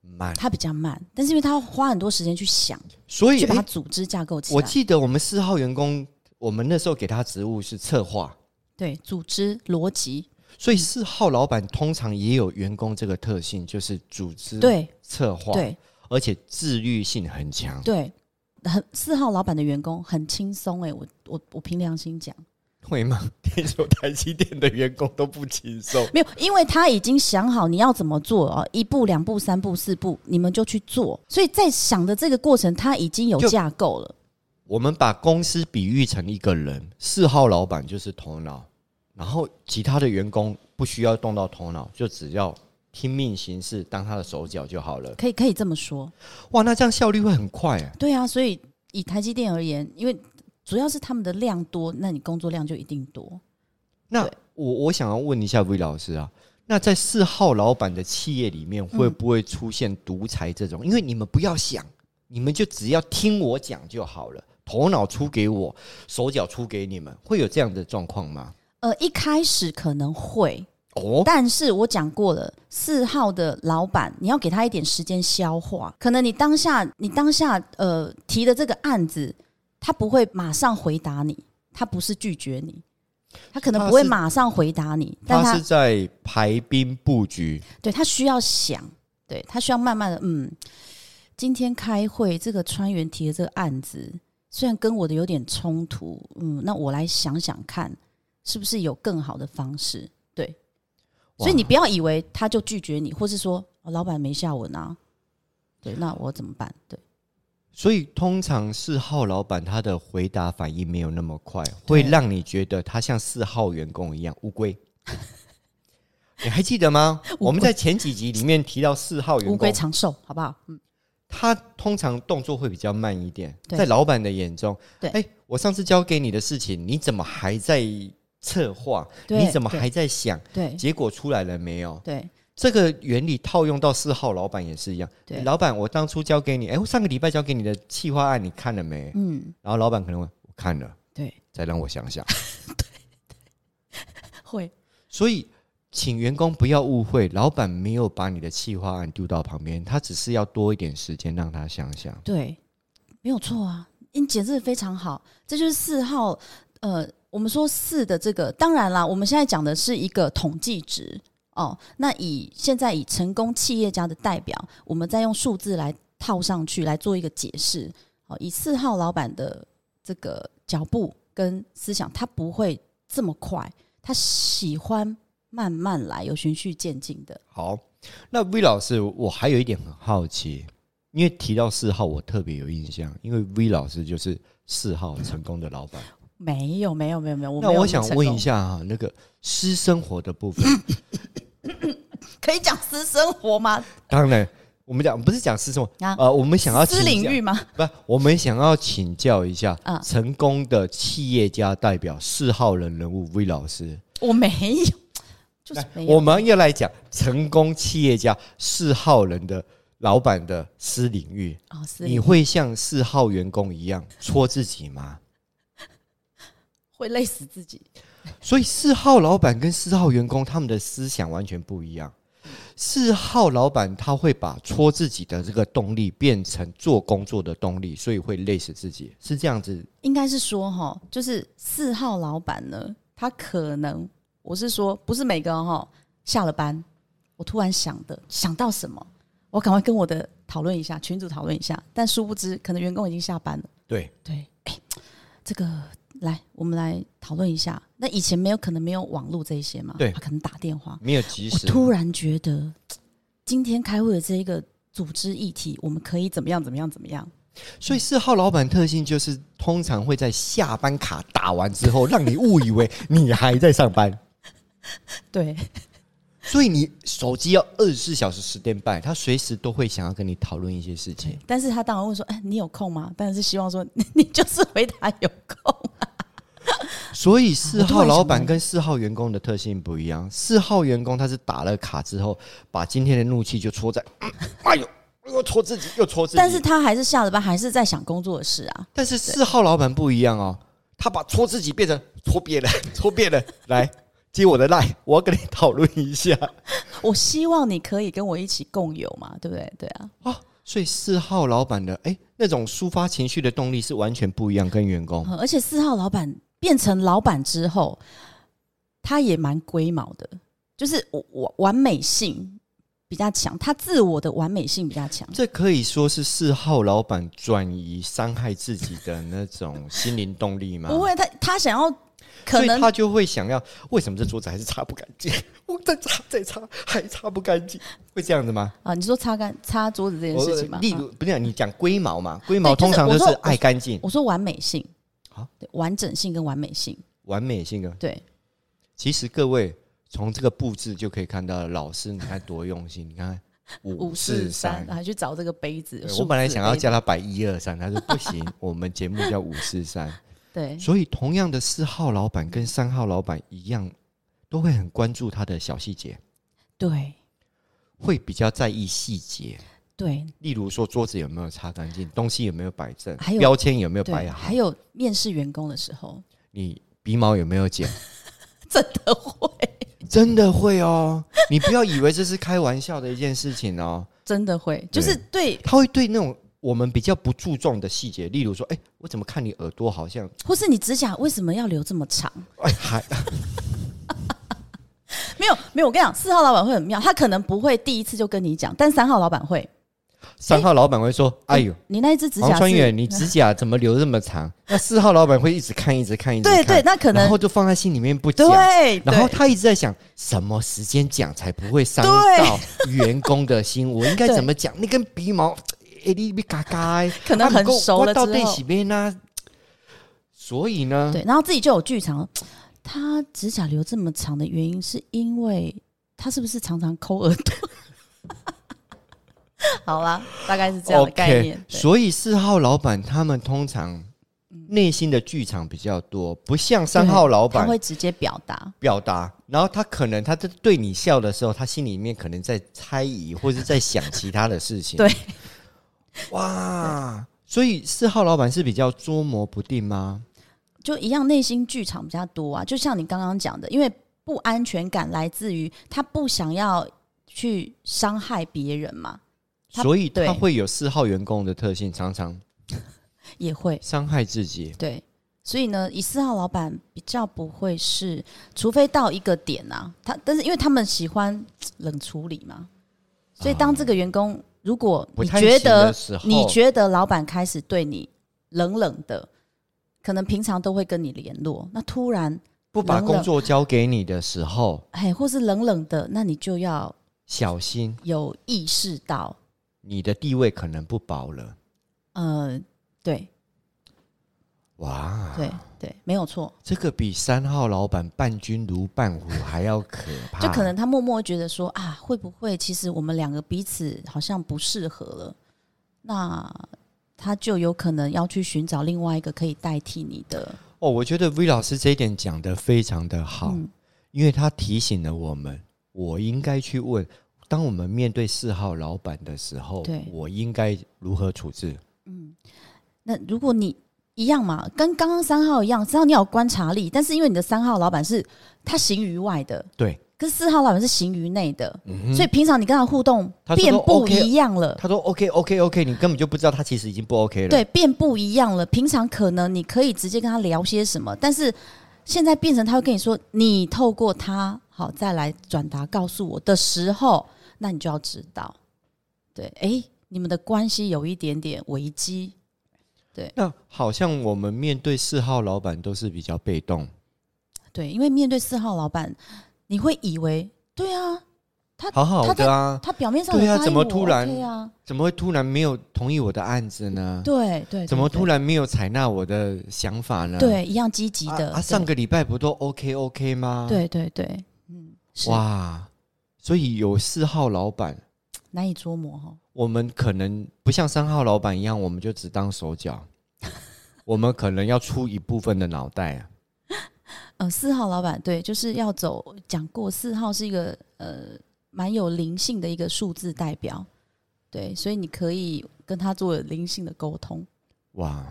Speaker 1: 慢，
Speaker 2: 他比较慢，但是因为他要花很多时间去想，
Speaker 1: 所以
Speaker 2: 去把它
Speaker 1: 诶
Speaker 2: 组织架构起
Speaker 1: 我
Speaker 2: 来。
Speaker 1: 记得我们四号员工，我们那时候给他职务是策划，
Speaker 2: 对，组织逻辑，
Speaker 1: 所以四号老板通常也有员工这个特性，就是组织
Speaker 2: 对
Speaker 1: 策划，
Speaker 2: 对
Speaker 1: 而且自律性很强。
Speaker 2: 对，很四号老板的员工很轻松哎，我我我凭良心讲，
Speaker 1: 会吗？听说台积电的员工都不轻松。
Speaker 2: 没有，因为他已经想好你要怎么做哦，一步、两步、三步、四步，你们就去做。所以在想的这个过程，他已经有
Speaker 1: 就
Speaker 2: 架构了。
Speaker 1: 我们把公司比喻成一个人，四号老板就是头脑，然后其他的员工不需要动到头脑，就只要听命行事，当他的手脚就好了。
Speaker 2: 可以可以这么说，
Speaker 1: 哇，那这样效率会很快哎、
Speaker 2: 对啊，所以以台积电而言，因为主要是他们的量多，那你工作量就一定多。
Speaker 1: 那
Speaker 2: 对
Speaker 1: 我我想要问一下 V 老师啊，那在四号老板的企业里面，
Speaker 2: 嗯
Speaker 1: 会不会出现独裁这种？因为你们不要想，你们就只要听我讲就好了，头脑出给我，手脚出给你们，会有这样的状况吗？
Speaker 2: 呃，一开始可能会，
Speaker 1: 哦，
Speaker 2: 但是我讲过了，四号的老板，你要给他一点时间消化。可能你当下，你当下呃提的这个案子，他不会马上回答你，他不是拒绝你，他可能
Speaker 1: 他
Speaker 2: 不会
Speaker 1: 是
Speaker 2: 马上回答你，但
Speaker 1: 他
Speaker 2: 他
Speaker 1: 是在排兵布局。
Speaker 2: 对他需要想，对他需要慢慢的，嗯，今天开会这个川原提的这个案子，虽然跟我的有点冲突，嗯，那我来想想看，是不是有更好的方式？对，
Speaker 1: 哇
Speaker 2: 所以你不要以为他就拒绝你，或是说、哦老板没下文啊，对，那我怎么办？对，
Speaker 1: 所以通常四号老板他的回答反应没有那么快，会让你觉得他像四号员工一样乌龟。 你还记得吗？
Speaker 2: 龟
Speaker 1: 我们在前几集里面提到四号员
Speaker 2: 乌龟
Speaker 1: 工，
Speaker 2: 长寿，好不好？嗯，
Speaker 1: 他通常动作会比较慢一点，
Speaker 2: 对
Speaker 1: 在老板的眼中，
Speaker 2: 对
Speaker 1: 哎、我上次交给你的事情，你怎么还在策划？
Speaker 2: 对
Speaker 1: 你怎么还在想？
Speaker 2: 对
Speaker 1: 结果出来了没有？
Speaker 2: 对
Speaker 1: 这个原理套用到四号老板也是一样。
Speaker 2: 对
Speaker 1: 老板，我当初交给你，哎，我上个礼拜交给你的企划案，你看了没？
Speaker 2: 嗯，
Speaker 1: 然后老板可能会我看了，
Speaker 2: 对，
Speaker 1: 再让我想想。
Speaker 2: 会，
Speaker 1: 所以，请员工不要误会，老板没有把你的企划案丢到旁边，他只是要多一点时间让他想想。
Speaker 2: 对，没有错啊，你解释的非常好，这就是四号，呃，我们说四的这个，当然啦，我们现在讲的是一个统计值哦。那以现在以成功企业家的代表，我们再用数字来套上去来做一个解释。哦，以四号老板的这个脚步跟思想，他不会这么快，他喜欢慢慢来，有循序渐进的。
Speaker 1: 好，那 V 老师，我还有一点很好奇，因为提到四号，我特别有印象，因为 V 老师就是四号成功的老板。
Speaker 2: 没有，没有，没有，没有。我
Speaker 1: 那
Speaker 2: 没有
Speaker 1: 我
Speaker 2: 那么
Speaker 1: 想
Speaker 2: 成
Speaker 1: 问
Speaker 2: 功
Speaker 1: 一，下啊，那个私生活的部分，
Speaker 2: 可以讲私生活吗？
Speaker 1: 当然我们讲不是讲私生活，
Speaker 2: 啊
Speaker 1: 呃，我们想要
Speaker 2: 私
Speaker 1: 请
Speaker 2: 领
Speaker 1: 教
Speaker 2: 域吗？
Speaker 1: 不，我们想要请教一下
Speaker 2: 啊
Speaker 1: 成功的企业家代表四号人人物 V 老师，
Speaker 2: 我没 有，就是没有。
Speaker 1: 我们要来讲成功企业家四号人的老板的私领域，
Speaker 2: 哦，是
Speaker 1: 你会像四号员工一样戳自己吗？
Speaker 2: 会累死自己。
Speaker 1: 所以四号老板跟四号员工他们的思想完全不一样。四号老板他会把戳自己的这个动力变成做工作的动力，所以会累死自己，是这样子。
Speaker 2: 应该是说哈，就是四号老板呢，他可能我是说，不是每个人哈，下了班我突然想的想到什么，我赶快跟我的讨论一下，群主讨论一下。但殊不知，可能员工已经下班了。
Speaker 1: 对，
Speaker 2: 对，哎、这个来，我们来讨论一下。那以前没有可能没有网络这一些嘛，
Speaker 1: 对
Speaker 2: 他可能打电话，
Speaker 1: 没有及
Speaker 2: 我
Speaker 1: 时。
Speaker 2: 突然觉得，今天开会的这一个组织议题，我们可以怎么样怎么样怎么样？
Speaker 1: 所以四号老板特性就是通常会在下班卡打完之后，让你误以为你还在上班，
Speaker 2: 对，
Speaker 1: 所以你手机要二十四小时十点半，他随时都会想要跟你讨论一些事情。
Speaker 2: 但是他当然问说：“哎，你有空吗？”但是希望说你就是回答有空。
Speaker 1: 所以四
Speaker 2: 我突然
Speaker 1: 号
Speaker 2: 想到
Speaker 1: 老板跟四号员工的特性不一样。四号员工他是打了卡之后，把今天的怒气就戳在， 嗯哎呦，又戳自己，又戳自己。
Speaker 2: 但是他还是下了班，还是在想工作的事啊。
Speaker 1: 但是四号老板不一样哦，他把戳自己变成戳别人， 戳别人来接我的赖，我要跟你讨论一下
Speaker 2: 我希望你可以跟我一起共有嘛，对不对？对啊，
Speaker 1: 哦。所以四号老板的哎、那种抒发情绪的动力是完全不一样，跟员工。
Speaker 2: 嗯而且四号老板变成老板之后，他也蛮龟毛的，就是我我完美性比较强，他自我的完美性比较强。
Speaker 1: 这可以说是四号老板转移伤害自己的那种心灵动力吗？
Speaker 2: 不会，他他想要可
Speaker 1: 所以
Speaker 2: 能
Speaker 1: 他就会想要，为什么这桌子还是擦不干净？ 我再擦再擦还擦不干净，会这样子吗？
Speaker 2: 啊，你说擦干擦桌子这件事情吗？
Speaker 1: 哦例
Speaker 2: 啊
Speaker 1: 如不是你讲龟毛嘛？龟毛
Speaker 2: 对
Speaker 1: 通
Speaker 2: 就是
Speaker 1: 常
Speaker 2: 我
Speaker 1: 都是
Speaker 2: 说
Speaker 1: 爱干净、
Speaker 2: 我说完美性
Speaker 1: 啊
Speaker 2: 对完整性跟完美性，
Speaker 1: 完美性格。
Speaker 2: 对
Speaker 1: 其实各位从这个布置就可以看到，老师你看多用心，你看五四三。
Speaker 2: 还去找这个杯子
Speaker 1: 对。
Speaker 2: 啊数字
Speaker 1: 我本来想要
Speaker 2: 杯子，
Speaker 1: 叫他摆一二三，他说不 行，我们节目叫五四三。
Speaker 2: 哎对
Speaker 1: 所以同样的四号老板跟三号老板一样，都会很关注他的小细节，
Speaker 2: 对
Speaker 1: 会比较在意细节。
Speaker 2: 对
Speaker 1: 例如说桌子有没有擦干净，东西有没有摆正，
Speaker 2: 还有
Speaker 1: 标签有没有摆
Speaker 2: 对，
Speaker 1: 好
Speaker 2: 还，有面试员工的时候，
Speaker 1: 你鼻毛有没有 剪，
Speaker 2: 真的会，
Speaker 1: 真的会哦。你不要以为这是开玩笑的一件事情 哦，
Speaker 2: 真的会，就是对，
Speaker 1: 他会对那种我们比较不注重的细节，例如说，哎，我怎么看你耳朵好像
Speaker 2: 或是你指甲为什么要留这么长？
Speaker 1: 哎还
Speaker 2: 没有没有，我跟你讲，四号老板会很妙，他可能不会第一次就跟你讲，但三号老板会，
Speaker 1: 三号老板 会说：“哎呦，
Speaker 2: 你那一只指
Speaker 1: 王
Speaker 2: 甲
Speaker 1: 川远，
Speaker 2: 是，
Speaker 1: 你指甲怎么留这么 长？”那四号老板会一直看，一直看，一直看，
Speaker 2: 对对，那可
Speaker 1: 然
Speaker 2: 能
Speaker 1: 后就放在心里面不讲。
Speaker 2: 对，对
Speaker 1: 然后他一直在想什么时间讲才不会伤
Speaker 2: 对
Speaker 1: 到员工的心，我应该
Speaker 2: 对
Speaker 1: 怎么讲？那根鼻毛，哎，你别嘎嘎的，
Speaker 2: 可能
Speaker 1: 啊
Speaker 2: 很
Speaker 1: 不过
Speaker 2: 熟
Speaker 1: 我
Speaker 2: 了
Speaker 1: 到
Speaker 2: 之
Speaker 1: 底
Speaker 2: 后
Speaker 1: 是边呢？所以呢，
Speaker 2: 对，然后自己就有剧场，他指甲留这么长的原因是因为他是不是常常抠耳朵？ 好啦，大概是这样的概念。对嗯
Speaker 1: 所以四号老板他们通常内心的剧场比较多，不像三号老
Speaker 2: 他
Speaker 1: 板
Speaker 2: 会直接表达，
Speaker 1: 表达，然后他可能他在对你笑的时候，他心里面可能在猜疑或是在想其他的事情。
Speaker 2: 对，
Speaker 1: 哇，所以四号老板是比较捉摸不定吗？
Speaker 2: 就一样内心剧场比较多啊。就像你刚刚讲的，因为不安全感来自于他不想要去伤害别人嘛，他
Speaker 1: 所以
Speaker 2: 对
Speaker 1: 他会有四号员工的特性，常常
Speaker 2: 也会
Speaker 1: 伤害自己。
Speaker 2: 对。所以呢，以四号老板比较不会是，除非到一个点啊，他但是因为他们喜欢冷处理嘛，所以当这个员工、如果
Speaker 1: 不
Speaker 2: 你
Speaker 1: 太
Speaker 2: 觉
Speaker 1: 行的
Speaker 2: 得
Speaker 1: 时候，
Speaker 2: 你觉得老板开始对你冷冷的，可能平常都会跟你联络，那突然
Speaker 1: 不把
Speaker 2: 能了
Speaker 1: 工作交给你的时候，
Speaker 2: 哎，或是冷冷的，那你就要
Speaker 1: 小心
Speaker 2: 有意识到，
Speaker 1: 你的地位可能不保了。
Speaker 2: 呃，对
Speaker 1: 哇，
Speaker 2: 对对，没有错。
Speaker 1: 这个比三号老板伴君如伴虎还要可怕，
Speaker 2: 就可能他默默觉得说啊，会不会其实我们两个彼此好像不适合了，那他就有可能要去寻找另外一个可以代替你的。
Speaker 1: 哦。我觉得 V 老师这一点讲的非常的好，
Speaker 2: 嗯
Speaker 1: 因为他提醒了我们，我应该去问，当我们面对四号老板的时候
Speaker 2: 对，
Speaker 1: 我应该如何处置？
Speaker 2: 嗯，那如果你一样嘛，跟刚刚三号一样，三号你要有观察力，但是因为你的三号老板是他行于外的，
Speaker 1: 对，
Speaker 2: 可是四号老板是行于内的，
Speaker 1: 嗯哼
Speaker 2: 所以平常你跟他互动
Speaker 1: 他说
Speaker 2: 变
Speaker 1: 都
Speaker 2: 不
Speaker 1: OK 啊
Speaker 2: 一样了。
Speaker 1: 他说 OK OK OK，你根本就不知道他其实已经不 OK 了。，
Speaker 2: 呃对，啊变不一样了。平常可能你可以直接跟他聊些什么，但是现在变成他会跟你说，你透过他好再来转达告诉我的时候，那你就要知道，对，诶，你们的关系有一点点危机，
Speaker 1: 那好像我们面对四号老板都是比较被动，
Speaker 2: 对，因为面对四号老板，你会以为，对啊，
Speaker 1: 好好的啊，
Speaker 2: 他表面上
Speaker 1: 对啊
Speaker 2: 有答应
Speaker 1: 怎么
Speaker 2: 我
Speaker 1: 突然
Speaker 2: OK 啊，
Speaker 1: 怎么会突然没有同意我的案子呢？
Speaker 2: 对对，
Speaker 1: 怎么
Speaker 2: 对
Speaker 1: 突？然没有采纳我的想法呢？
Speaker 2: 对，对一样积极
Speaker 1: 啊
Speaker 2: 的，
Speaker 1: 啊，上个礼拜不都 OK OK 吗？，
Speaker 2: 对对对对，嗯，是
Speaker 1: 哇，所以有四号老板，
Speaker 2: 难以捉摸哦。
Speaker 1: 我们可能不像三号老板一样，我们就只当手脚，我们可能要出一部分的脑袋啊。
Speaker 2: 呃，四号老板对，就是要走讲过，四号是一个呃蛮有灵性的一个数字代表，对，所以你可以跟他做灵性的沟通。
Speaker 1: 哇！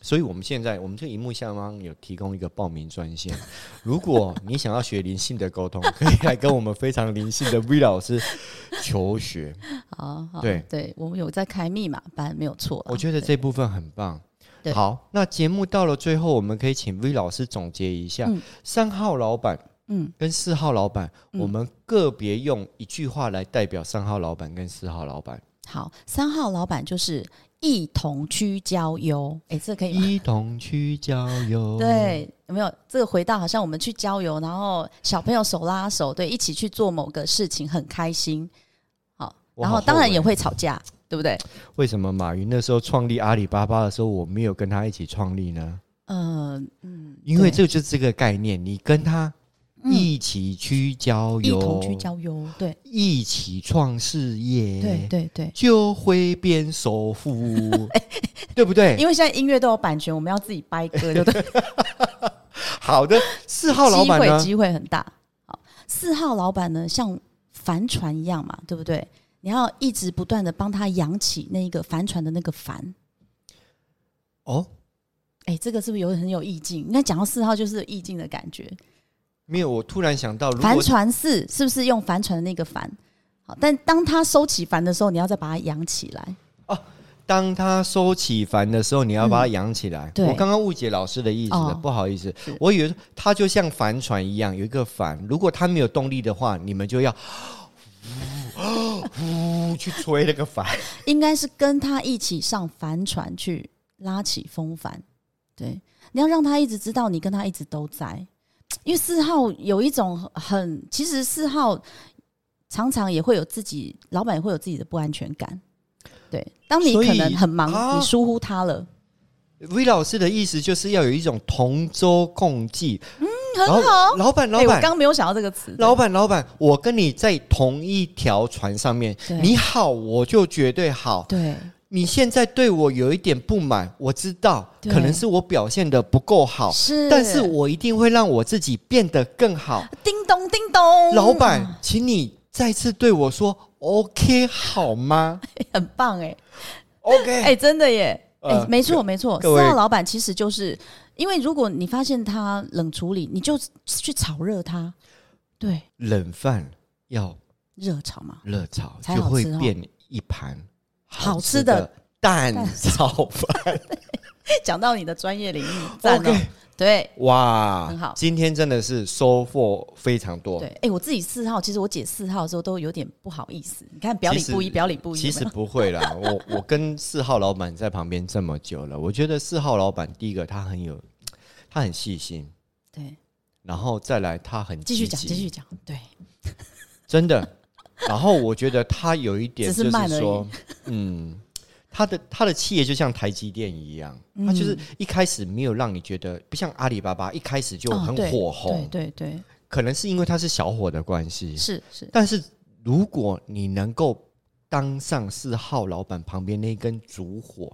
Speaker 1: 所以我们现在，我们这荧幕下方有提供一个报名专线，如果你想要学灵性的沟通，可以来跟我们非常灵性的 V 老师求学。
Speaker 2: 好好，
Speaker 1: 对
Speaker 2: 我们有在开密码班，没有错啦。啊
Speaker 1: 我觉得
Speaker 2: 对
Speaker 1: 这部分很棒
Speaker 2: 对。
Speaker 1: 好，那节目到了最后，我们可以请 V 老师总结一下
Speaker 2: 嗯
Speaker 1: 三、号老板
Speaker 2: 嗯，
Speaker 1: 跟四号老板，
Speaker 2: 嗯
Speaker 1: 我们个别用一句话来代表三号老板跟四号老板，
Speaker 2: 好，三号老板就是一同趋交友，哎，这可以吗？
Speaker 1: 一同去郊游。，
Speaker 2: 对，有没有这个回到好像我们去郊游，然后小朋友手拉手，对，一起去做某个事情，很开心。好，
Speaker 1: 我
Speaker 2: 然
Speaker 1: 好
Speaker 2: 后当
Speaker 1: 后
Speaker 2: 然也
Speaker 1: 悔
Speaker 2: 会吵架，对不对？
Speaker 1: 为什么马云那时候创立阿里巴巴的时候，我没有跟他一起创立呢？
Speaker 2: 嗯嗯，
Speaker 1: 因为
Speaker 2: 对
Speaker 1: 这就是这个概念，你跟他
Speaker 2: 嗯
Speaker 1: 一起去郊
Speaker 2: 一
Speaker 1: 游，
Speaker 2: 同去郊游，对
Speaker 1: 一起创事业，
Speaker 2: 对，对对，
Speaker 1: 就会变首 富，对不对？
Speaker 2: 因为现在音乐都有版权，我们要自己 掰歌，对不对？
Speaker 1: 好的，四号老板
Speaker 2: 机会
Speaker 1: 呢？
Speaker 2: 机会很大。好，四号老板呢，像帆船一样嘛，对不对？你要一直不断的帮他扬起那一个帆船的那个帆。
Speaker 1: 哦，
Speaker 2: 哎，这个是不是有很有意境？应该讲到四号就是有意境的感觉。
Speaker 1: 没有，我突然想到，如
Speaker 2: 帆
Speaker 1: 果
Speaker 2: 船四是不是用帆船的那个帆？好，但当他收起帆的时候，你要再把它扬起来。
Speaker 1: 当他收起帆的时候，你要把它扬起来。
Speaker 2: 嗯对
Speaker 1: 我刚刚误解老师的意思了，
Speaker 2: 哦
Speaker 1: 不好意思
Speaker 2: 是，
Speaker 1: 我以为它就像帆船一样有一个帆，如果它没有动力的话，你们就要。呼去吹那个 帆，
Speaker 2: 应该是跟他一起上帆船去拉起风帆。对，你要让他一直知道你跟他一直都在，因为四号有一种很，其实四号常常也会有自己，老板也会有自己的不安全感。对，当你
Speaker 1: 所以
Speaker 2: 可能很忙，
Speaker 1: 啊
Speaker 2: 你疏忽他了，
Speaker 1: V 老师的意思就是要有一种同舟共济，
Speaker 2: 嗯，很好。
Speaker 1: 老板，老
Speaker 2: 哎我
Speaker 1: 板，
Speaker 2: 刚没有想到这个词。
Speaker 1: 老板，老板，我跟你在同一条船上面
Speaker 2: 对，
Speaker 1: 你好，我就绝对好。
Speaker 2: 对
Speaker 1: 你现在对我有一点不满，我知道，
Speaker 2: 对
Speaker 1: 可能是我表现的不够好，
Speaker 2: 是，
Speaker 1: 但是我一定会让我自己变得更好。
Speaker 2: 叮咚叮咚，
Speaker 1: 老板，请你再次对我说 “OK” 好吗
Speaker 2: 很棒 哎
Speaker 1: ？OK，、
Speaker 2: 哎、真的耶。哎、
Speaker 1: 呃
Speaker 2: 没错没错，
Speaker 1: 各
Speaker 2: 四
Speaker 1: 位
Speaker 2: 号老板其实就是因为如果你发现他冷处理，你就去炒热他，对，
Speaker 1: 冷饭要
Speaker 2: 热炒 嘛，
Speaker 1: 热炒，
Speaker 2: 才
Speaker 1: 就
Speaker 2: 好
Speaker 1: 会
Speaker 2: 吃哦
Speaker 1: 变一盘
Speaker 2: 好吃
Speaker 1: 吃
Speaker 2: 的
Speaker 1: 的蛋 炒饭。
Speaker 2: 讲到你的专业领域，赞哦
Speaker 1: OK
Speaker 2: 对
Speaker 1: 哇，
Speaker 2: 很好
Speaker 1: 今天真的是收获非常多。
Speaker 2: 对，哎、我自己四号，其实我姐四号的时候都有点不好意思，你看表里
Speaker 1: 其实
Speaker 2: 不一，表里不一，
Speaker 1: 其
Speaker 2: 有
Speaker 1: 实
Speaker 2: 没有
Speaker 1: 不会啦， 我我跟四号老板在旁边这么久了，我觉得四号老板第一个他很有，他很细心，
Speaker 2: 对，
Speaker 1: 然后再来他很
Speaker 2: 继续
Speaker 1: 积
Speaker 2: 讲，
Speaker 1: 极
Speaker 2: 继续讲，对，
Speaker 1: 真的。然后我觉得他有一点
Speaker 2: 只是
Speaker 1: 就
Speaker 2: 慢而
Speaker 1: 是
Speaker 2: 已
Speaker 1: 说，嗯，他的他的企业就像台积电一样，
Speaker 2: 嗯
Speaker 1: 他就是一开始没有让你觉得不像阿里巴巴一开始就
Speaker 2: 哦
Speaker 1: 很
Speaker 2: 对
Speaker 1: 火红，
Speaker 2: 对对
Speaker 1: 可能是因为他是小伙的关系
Speaker 2: 对，，是是，
Speaker 1: 但是如果你能够当上四号老板旁边那根烛火，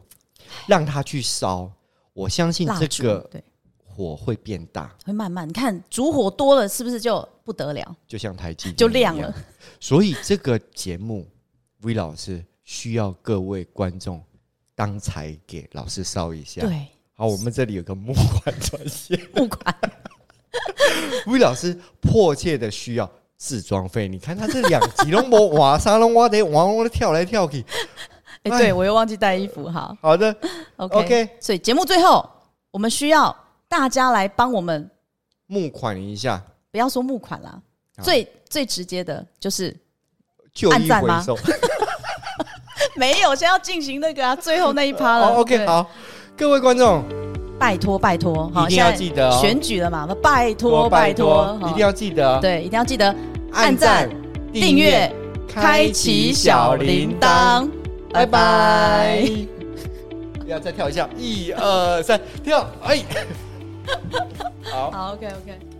Speaker 1: 让他去烧，我相信
Speaker 2: 蜡
Speaker 1: 这
Speaker 2: 烛
Speaker 1: 个
Speaker 2: 对
Speaker 1: 火会变大，
Speaker 2: 会慢慢，你看烛火多了，是不是就不得了，
Speaker 1: 就像台积电
Speaker 2: 就亮
Speaker 1: 一样
Speaker 2: 了。？
Speaker 1: 所以这个节目，V 老师需要各位观众当柴给老师烧一下。
Speaker 2: 对，
Speaker 1: 好，我们这里有个木管专 线
Speaker 2: 不管
Speaker 1: ，V 老师迫切的需要。自装费，你看他这两集龙波 哇，沙龙哇得哇哇的跳来跳去。
Speaker 2: 哎、
Speaker 1: 哎
Speaker 2: 对我又忘记带衣服哈。
Speaker 1: 好的，
Speaker 2: OK，,
Speaker 1: OK
Speaker 2: 所以节目最后，我们需要大家来帮我们，
Speaker 1: 募款一下，
Speaker 2: 不要说募款啦，
Speaker 1: 好
Speaker 2: 最最直接的就是
Speaker 1: 旧
Speaker 2: 按
Speaker 1: 衣
Speaker 2: 赞
Speaker 1: 回
Speaker 2: 吗
Speaker 1: 收。
Speaker 2: 没有，先要进行 那个啊，最后那一趴了。
Speaker 1: 哦，OK，
Speaker 2: 对，
Speaker 1: 好，各位观众
Speaker 2: 拜托拜托，好，
Speaker 1: 一定要
Speaker 2: 现在
Speaker 1: 记得哦
Speaker 2: 选举了嘛，那拜托
Speaker 1: 多
Speaker 2: 拜托，
Speaker 1: 一定
Speaker 2: 要
Speaker 1: 要记得
Speaker 2: 对，一定要记得按
Speaker 1: 按
Speaker 2: 赞
Speaker 1: 赞、、
Speaker 2: 订阅、开启小铃，铛，
Speaker 1: 拜拜。。 不要再跳一下，一二三，跳！哎，好。
Speaker 2: 好，OK OK。